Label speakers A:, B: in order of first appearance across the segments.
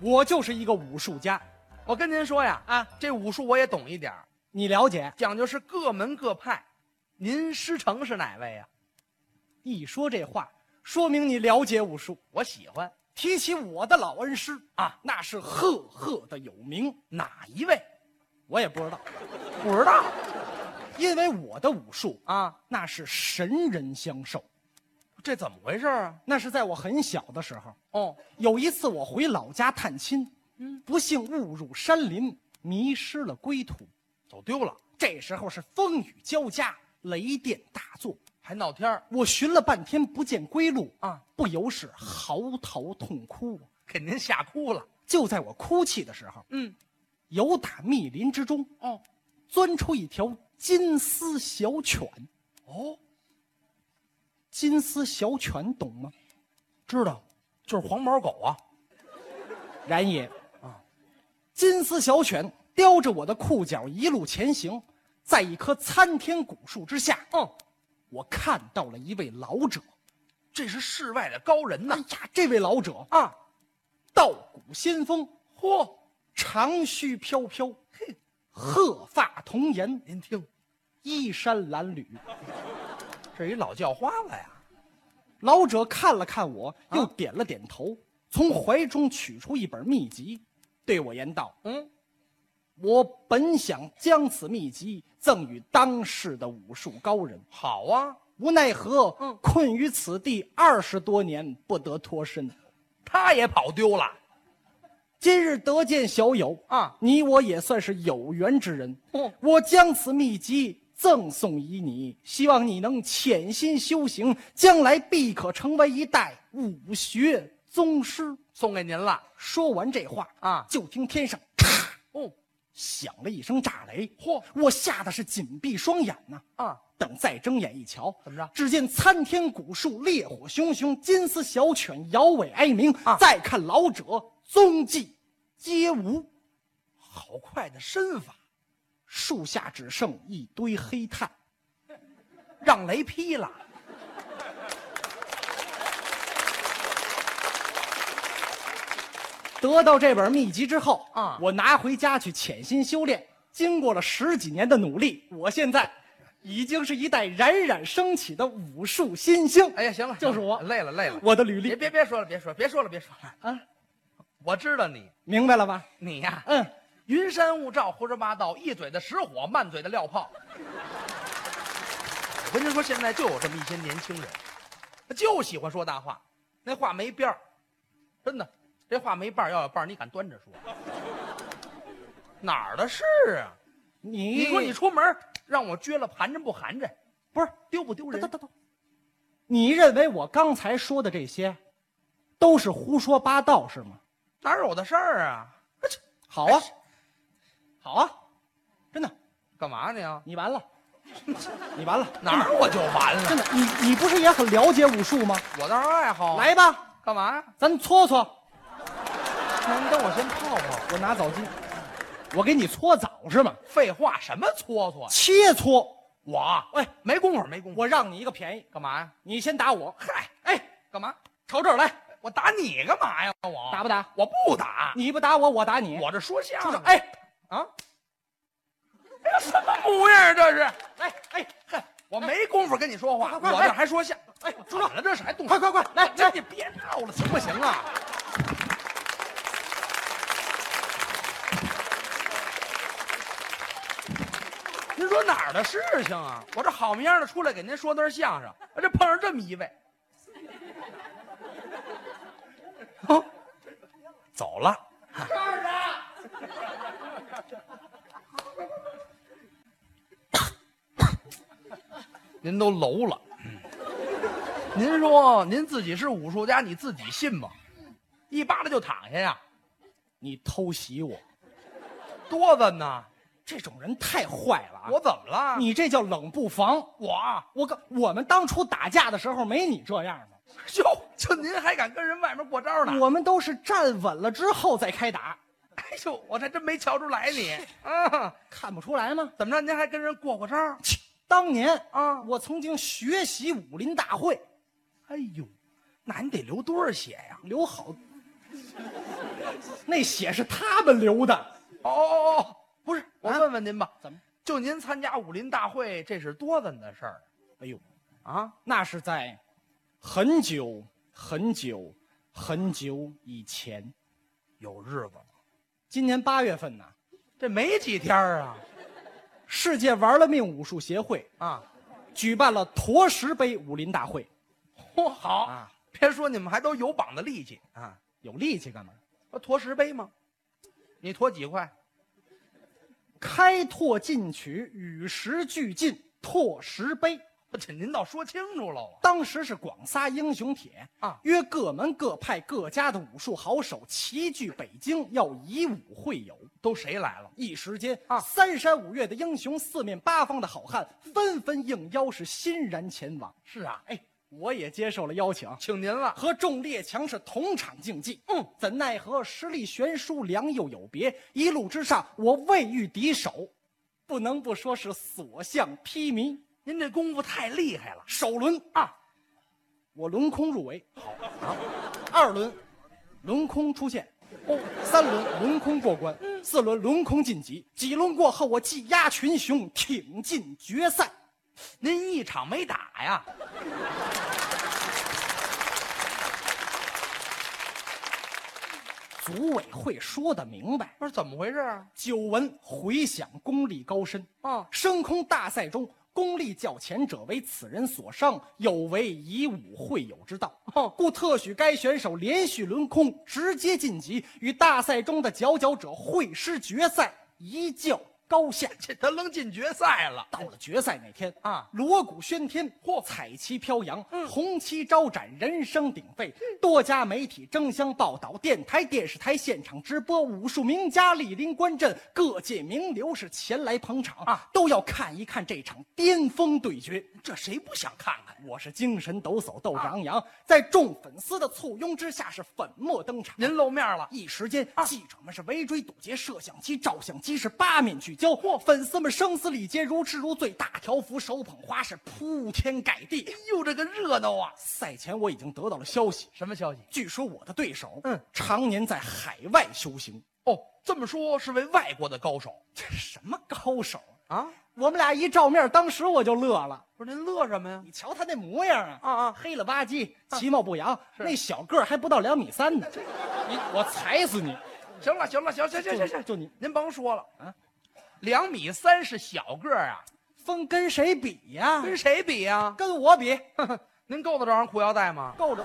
A: 我就是一个武术家
B: 我跟您说呀，
A: 啊，
B: 这武术我也懂一点儿，
A: 你了解？
B: 讲究是各门各派。您师承是哪位呀、
A: 一说这话，说明你了解武术。
B: 我喜欢
A: 提起我的老恩师
B: 啊，
A: 那是赫赫的有名，
B: 哪一位？
A: 我也不知道，
B: 不知道
A: 因为我的武术
B: 啊，
A: 那是神人相授。
B: 这怎么回事啊？
A: 那是在我很小的时候，
B: 哦，
A: 有一次我回老家探亲，
B: 嗯，
A: 不幸误入山林，迷失了归途。
B: 走丢了，
A: 这时候是风雨交加，雷电大作，
B: 还闹天儿
A: 我寻了半天不见归路，
B: 啊，
A: 不由是嚎啕痛哭。
B: 给您吓哭了。
A: 就在我哭泣的时候，
B: 嗯，
A: 由打密林之中
B: 哦，
A: 钻出一条金丝小犬。
B: 哦，
A: 金丝小犬懂吗？
B: 知道，就是黄毛狗啊。
A: 然也
B: 啊，
A: 金丝小犬叼着我的裤脚一路前行，在一棵参天古树之下，
B: 嗯，
A: 我看到了一位老者。
B: 这是世外的高人呐
A: 哎。呀，这位老者
B: 啊，
A: 道骨仙风，
B: 嚯，
A: 长须飘飘，鹤发童颜，
B: 您听，
A: 衣衫褴褛。
B: 这一老叫花子呀。
A: 老者看了看我，
B: 啊
A: 又点了点头，从怀中取出一本秘籍，对我言道
B: 嗯，：“
A: 我本想将此秘籍赠与当世的武术高人，
B: 好啊，
A: 无奈何
B: 嗯
A: 困于此地二十多年，不得脱身。
B: 他也跑丢了
A: 今日得见小友，
B: 啊。
A: 你我也算是有缘之人。
B: 哦
A: 我将此秘籍赠送于你，希望你能潜心修行，将来必可成为一代武学宗师。
B: 送给您了
A: 说完这话
B: 啊
A: 就听天上咔
B: 哦，
A: 响了一声炸雷，
B: 嚯
A: 我吓得是紧闭双眼呐、
B: 啊，
A: 等再睁眼一瞧，
B: 怎么着
A: 只见参天古树烈火熊熊，金丝小犬摇尾哀鸣。
B: 啊
A: 再看老者踪迹皆无。
B: 好快的身法，
A: 树下只剩一堆黑炭。
B: 让雷劈了。
A: 得到这本秘籍之后
B: 啊
A: 我拿回家去潜心修炼。经过了十几年的努力，我现在已经是一代冉冉升起的武术新星。
B: 哎呀，行了，
A: 就是我
B: 累了累了。
A: 我的履历
B: 别别别说了，别说了，别说了，别说了。
A: 啊，
B: 我知道你，
A: 明白了吧？
B: 你呀、
A: 嗯，
B: 云山雾罩，胡说八道，一嘴的实火，满嘴的撂炮。我跟您说，现在就有这么一些年轻人，他就喜欢说大话，那话没边儿，真的，这话没伴儿，要有伴儿，你敢端着说？哪儿的事啊？
A: 你
B: 你说你出门儿让我撅了盘着不寒碜，
A: 不是
B: 丢不丢人？
A: 等等等，你认为我刚才说的这些，都是胡说八道是吗？
B: 哪有的事儿啊？
A: 好啊
B: 哎，
A: 好啊，真的，
B: 干嘛你啊？
A: 你完了，你完了，
B: 哪儿我就完
A: 真
B: 了？
A: 的，你你不是也很了解武术吗？
B: 我倒是爱好。，
A: 来吧，
B: 干嘛呀？
A: 咱搓搓，
B: 那您等我先泡泡。
A: 我拿澡巾，我给你搓澡是吗？
B: 废话，什么搓搓呀？
A: 切搓，
B: 我
A: 哎，
B: 没工夫，没工夫。
A: 我让你一个便宜，
B: 干嘛呀？
A: 你先打我，
B: 嗨，
A: 哎，
B: 干嘛？
A: 朝这儿来，
B: 我打你干嘛呀？我
A: 打不打？
B: 我不打，
A: 你不打我，我打你，
B: 我这说相
A: 就是
B: 声。
A: 哎，
B: 啊，哎呀，什么模样啊这是？
A: 哎哎，嗨，
B: 我没工夫跟你说话，
A: 快快
B: 我
A: 哎
B: 这还说相。哎，
A: 住手
B: 了，这是还动手？
A: 快快快，来
B: 这
A: 来，
B: 你别闹了，行不行啊？您说哪儿的事情啊？我这好模样的出来给您说段相声，我这碰上这么一位，哼，哦走了。您都楼了。您说您自己是武术家，你自己信吗？一巴掌就躺下呀，
A: 你偷袭我。
B: 多稳呐！
A: 这种人太坏了啊！
B: 我怎么了？
A: 你这叫冷不防。
B: 我啊
A: 我跟我们当初打架的时候没你这样的，
B: 哟，哎就您还敢跟人外面过招呢？
A: 我们都是站稳了之后再开打，
B: 哎呦，我还真没瞧出来你啊！
A: 看不出来吗？
B: 怎么着？您还跟人过过招？
A: 当年
B: 啊
A: 我曾经学习武林大会，
B: 哎呦，那你得流多少血呀？
A: 留好那血是他们流的，
B: 哦哦哦，不是，我
A: 啊
B: 问问您吧，
A: 怎么？
B: 就您参加武林大会，这是多咱的事儿
A: 哎呦，
B: 啊？
A: 那是在很久很久很久以前，
B: 有日子了，
A: 今年八月份呢，
B: 这没几天儿啊
A: 世界玩了命武术协会
B: 啊！
A: 举办了驼石杯武林大会
B: 嚯，好，
A: 啊，
B: 别说你们还都有膀子力气啊！
A: 有力气干嘛？
B: 不啊驮石碑吗？你驮几块？
A: 开拓进取，与时俱进，拓石碑。
B: 不，这您倒说清楚了
A: 当时是广撒英雄帖
B: 啊
A: 约各门各派各家的武术好手齐聚北京，要以武会友。
B: 都谁来了？
A: 一时间
B: 啊
A: 三山五岳的英雄，四面八方的好汉纷纷应邀，是欣然前往。
B: 是啊，
A: 哎，我也接受了邀请，
B: 请您了。
A: 和众列强是同场竞技。
B: 嗯，
A: 怎奈何实力悬殊，良莠有别，一路之上我未遇敌手，不能不说是所向披靡。
B: 您这功夫太厉害了
A: 首轮
B: 啊！
A: 我轮空入围，好二轮轮空出线，哦，三轮轮空过关，四轮轮空晋级，几轮过后我技压群雄，挺进决赛。
B: 您一场没打呀？
A: 组委会说的明白，
B: 不是怎么回事啊？
A: 久闻回响功力高深
B: 啊
A: 升空大赛中功力较前者为此人所伤，有违以武会友之道，
B: 哦
A: 故特许该选手连续轮空，直接晋级，与大赛中的佼佼者会师决赛，一较高下。
B: 这他愣进决赛了。
A: 到了决赛那天
B: 嗯啊嗯
A: 锣鼓喧天，嚯，彩旗飘扬，红旗招展，人声鼎沸，多家媒体争相报道，电台、电视台现场直播，武术名家莅临观阵，各界名流是前来捧场
B: 啊，
A: 都要看一看这场巅峰对决。
B: 这谁不想看看？
A: 啊我是精神抖擞，斗志
B: 啊
A: 昂扬，在众粉丝的簇拥之下是粉墨登场。
B: 您露面了，
A: 一时间，
B: 啊
A: 记者们是围追堵截，摄像机、照相机是八面聚焦，粉丝们声嘶力竭，如痴如醉，大条幅、手捧花是铺天盖地
B: 哎。呦，这个热闹啊！
A: 赛前我已经得到了消息，
B: 什么消息？
A: 据说我的对手，
B: 嗯，
A: 常年在海外修行，
B: 哦，这么说是位外国的高手
A: 这什么高手啊？
B: 啊？
A: 我们俩一照面，当时我就乐了。
B: 不是您乐什么呀？
A: 你瞧他那模样啊，
B: 啊啊
A: 黑了吧唧，其貌不扬，
B: 是
A: 那小个儿还不到两米三呢，你我踩死你！
B: 行了，行了，行行行行
A: 就
B: 行，
A: 就你
B: 您甭说了
A: 啊
B: 啊，两米三是小个儿啊，
A: 风跟谁比呀、
B: 跟谁比啊呀、
A: 跟我比，
B: 您够得着人裤腰带吗？
A: 够着。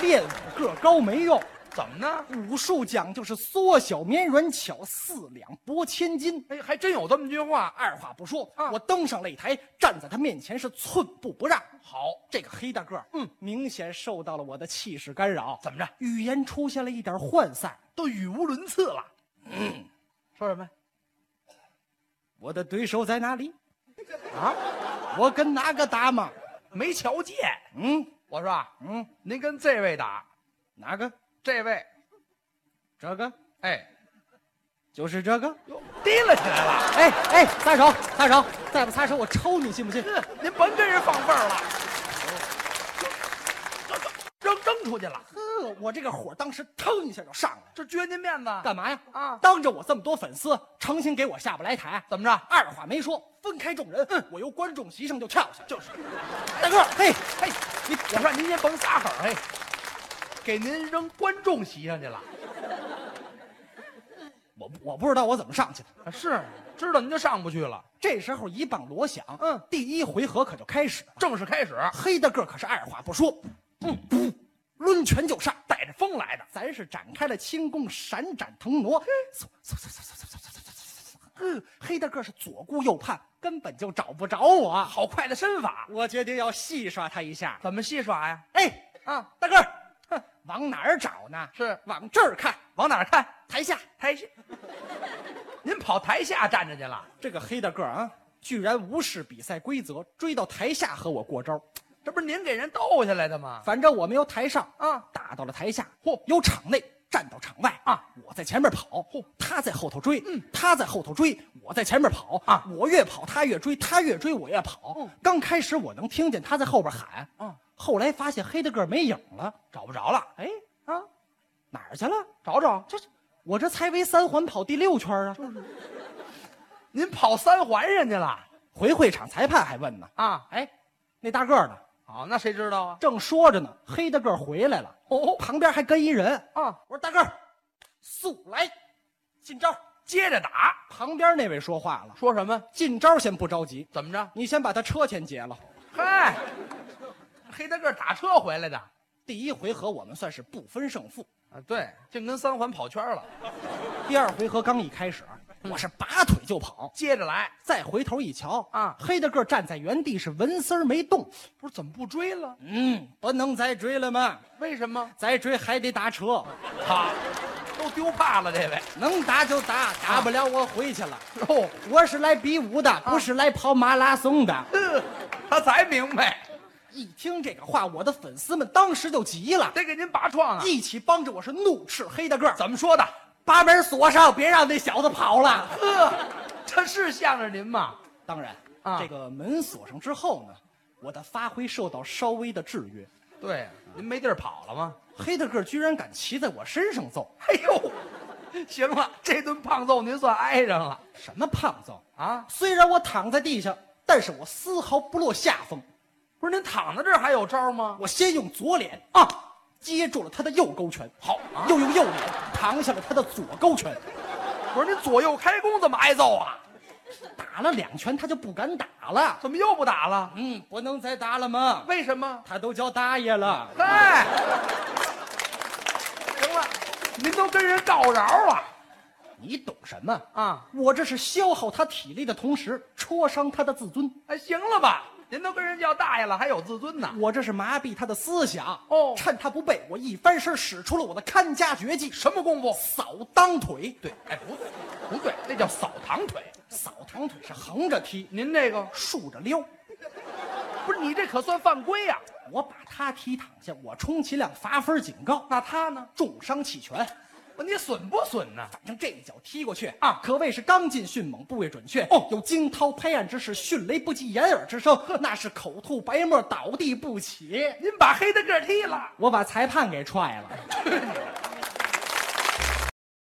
A: 练武个高没用，
B: 怎么呢？
A: 武术讲究是缩小绵软巧，四两拨千斤。
B: 哎，还真有这么句话。
A: 二话不说，
B: 啊
A: 我登上擂台，站在他面前是寸步不让。
B: 好，
A: 这个黑大个儿，
B: 嗯，
A: 明显受到了我的气势干扰，
B: 怎么着？
A: 语言出现了一点涣散。
B: 都语无伦次了。嗯说什么
A: 我的对手在哪里？
B: 啊？
A: 我跟哪个打嘛？
B: 没瞧见。
A: 嗯
B: 我说啊，
A: 嗯，
B: 您跟这位打，
A: 哪个？
B: 这位，
A: 这个
B: 哎，
A: 就是这个。
B: 哟，提了起来了。
A: 哎哎，撒手撒手，再不撒手我抽你，信不信？
B: 哼，您甭跟人放缝儿了，扔扔扔出去了，
A: 呵，我这个火当时腾一下就上来了，
B: 这撅您面子。
A: 干嘛呀？
B: 啊
A: 当着我这么多粉丝，诚心给我下不来台，
B: 怎么着？
A: 二话没说，分开众人，嗯，我由观众席上就跳下去。
B: 就是，
A: 大个儿，嘿，
B: 嘿，你我说您先甭撒狠儿，嘿，给您扔观众席上去了。
A: 我我不知道我怎么上去的。
B: 啊是，知道您就上不去了。
A: 这时候一棒锣响，
B: 嗯，
A: 第一回合可就开始了。
B: 正式开始，
A: 黑大个儿可是二话不说，嗯，噗抡拳就上，
B: 带着风来的。
A: 咱是展开了轻功，闪展腾挪，嗖嗖嗖嗖嗖嗖嗖嗖嗖嗖嗖，嗯，黑大个儿是左顾右盼，根本就找不着我。
B: 好快的身法，
A: 我决定要戏耍他一下。
B: 怎么戏耍呀？
A: 哎，
B: 啊，
A: 大个儿，哼，往哪儿找呢？
B: 是
A: 往这儿看，
B: 往哪儿看？
A: 台下
B: 台下，您跑台下站着去了，
A: 这个黑大个儿啊，居然无视比赛规则，追到台下和我过招。
B: 这不是您给人逗下来的吗？
A: 反正我们由台上
B: 啊，
A: 打到了台下，
B: 嚯
A: 由场内站到场外
B: 啊！
A: 我在前面跑，嚯，他在后头追，嗯，他在后头追，我在前面跑
B: 啊！
A: 我越跑他越追，他越追我越跑。
B: 嗯
A: 刚开始我能听见他在后边喊，
B: 啊，
A: 后来发现黑大个儿没影了，
B: 找不着了。
A: 哎，
B: 啊，
A: 哪儿去了？
B: 找找。
A: 这是我这才围三环跑第六圈啊！
B: 您跑三环人家了
A: 回会场裁判还问呢
B: 啊？：“
A: 哎，那大个儿呢？
B: 好，那谁知道啊？
A: 正说着呢，黑大个儿回来了，
B: 哦
A: 旁边还跟一人。
B: 啊，
A: 我说大个儿，速来，进招。
B: 接着打，
A: 旁边那位说话了，
B: 说什么？
A: 进招先不着急，
B: 怎么着？
A: 你先把他车钱结了。
B: 嗨，黑大个儿打车回来的
A: 第一回合我们算是不分胜负，
B: 啊？对，净跟三环跑圈了。
A: 第二回合刚一开始，我是拔腿就跑，
B: 接着来，
A: 再回头一瞧
B: 啊
A: 黑大个儿站在原地是纹丝儿没动。
B: 不是怎么不追了？
A: 嗯，不能再追了嘛，
B: 为什么？
A: 再追还得打车，
B: 他都丢怕了，这位。
A: 能打就打，打不了我回去了。
B: 哦，
A: 我是来比武的，不是来跑马拉松的。
B: 嗯他才明白，
A: 一听这个话，我的粉丝们当时就急了，
B: 得给您拔创啊！
A: 一起帮着我是怒斥黑大个儿，
B: 怎么说的？
A: 把门锁上，别让那小子跑了。
B: 呵，这呃是向着您吗？
A: 当然，
B: 啊
A: 这个门锁上之后呢，我的发挥受到稍微的制约。
B: 对啊呀，您没地儿跑了吗？
A: 黑大个儿居然敢骑在我身上揍，
B: 哎呦，行了，这顿胖揍您算挨上了
A: 什么胖揍！
B: 啊！
A: 虽然我躺在地下，但是我丝毫不落下风。
B: 不是您躺在这儿还有招吗？
A: 我先用左脸啊接住了他的右勾拳，
B: 好啊
A: 又用右脸扛下了他的左勾拳，
B: 不是您左右开弓怎么挨揍啊？
A: 打了两拳他就不敢打了。
B: 怎么又不打了？
A: 嗯，不能再打了吗？
B: 为什么？
A: 他都叫大爷了，
B: 嗨，行了，您都跟人告饶了
A: 你懂什么？
B: 啊？
A: 我这是消耗他体力的同时，戳伤他的自尊；
B: 哎，行了吧？您都跟人叫大爷了，还有自尊呢？
A: 我这是麻痹他的思想。
B: 哦
A: 趁他不备，我一翻身使出了我的看家绝技——
B: 什么功夫？
A: 扫裆腿。
B: 对，哎，不对，不对，那叫扫堂腿。
A: 扫堂腿是横着踢，
B: 您这个
A: 竖着撩。
B: 不是你这可算犯规啊呀、
A: 我把他踢躺下，我充其量罚分警告。
B: 那他呢？
A: 重伤弃权。
B: 你损不损呢？
A: 反正这一脚踢过去
B: 啊
A: 可谓是刚劲迅猛，部位准确。哦，有惊涛拍岸之势，迅雷不及掩耳之声，那是口吐白沫，倒地不起。
B: 您把黑的个儿踢了，
A: 我把裁判给踹了，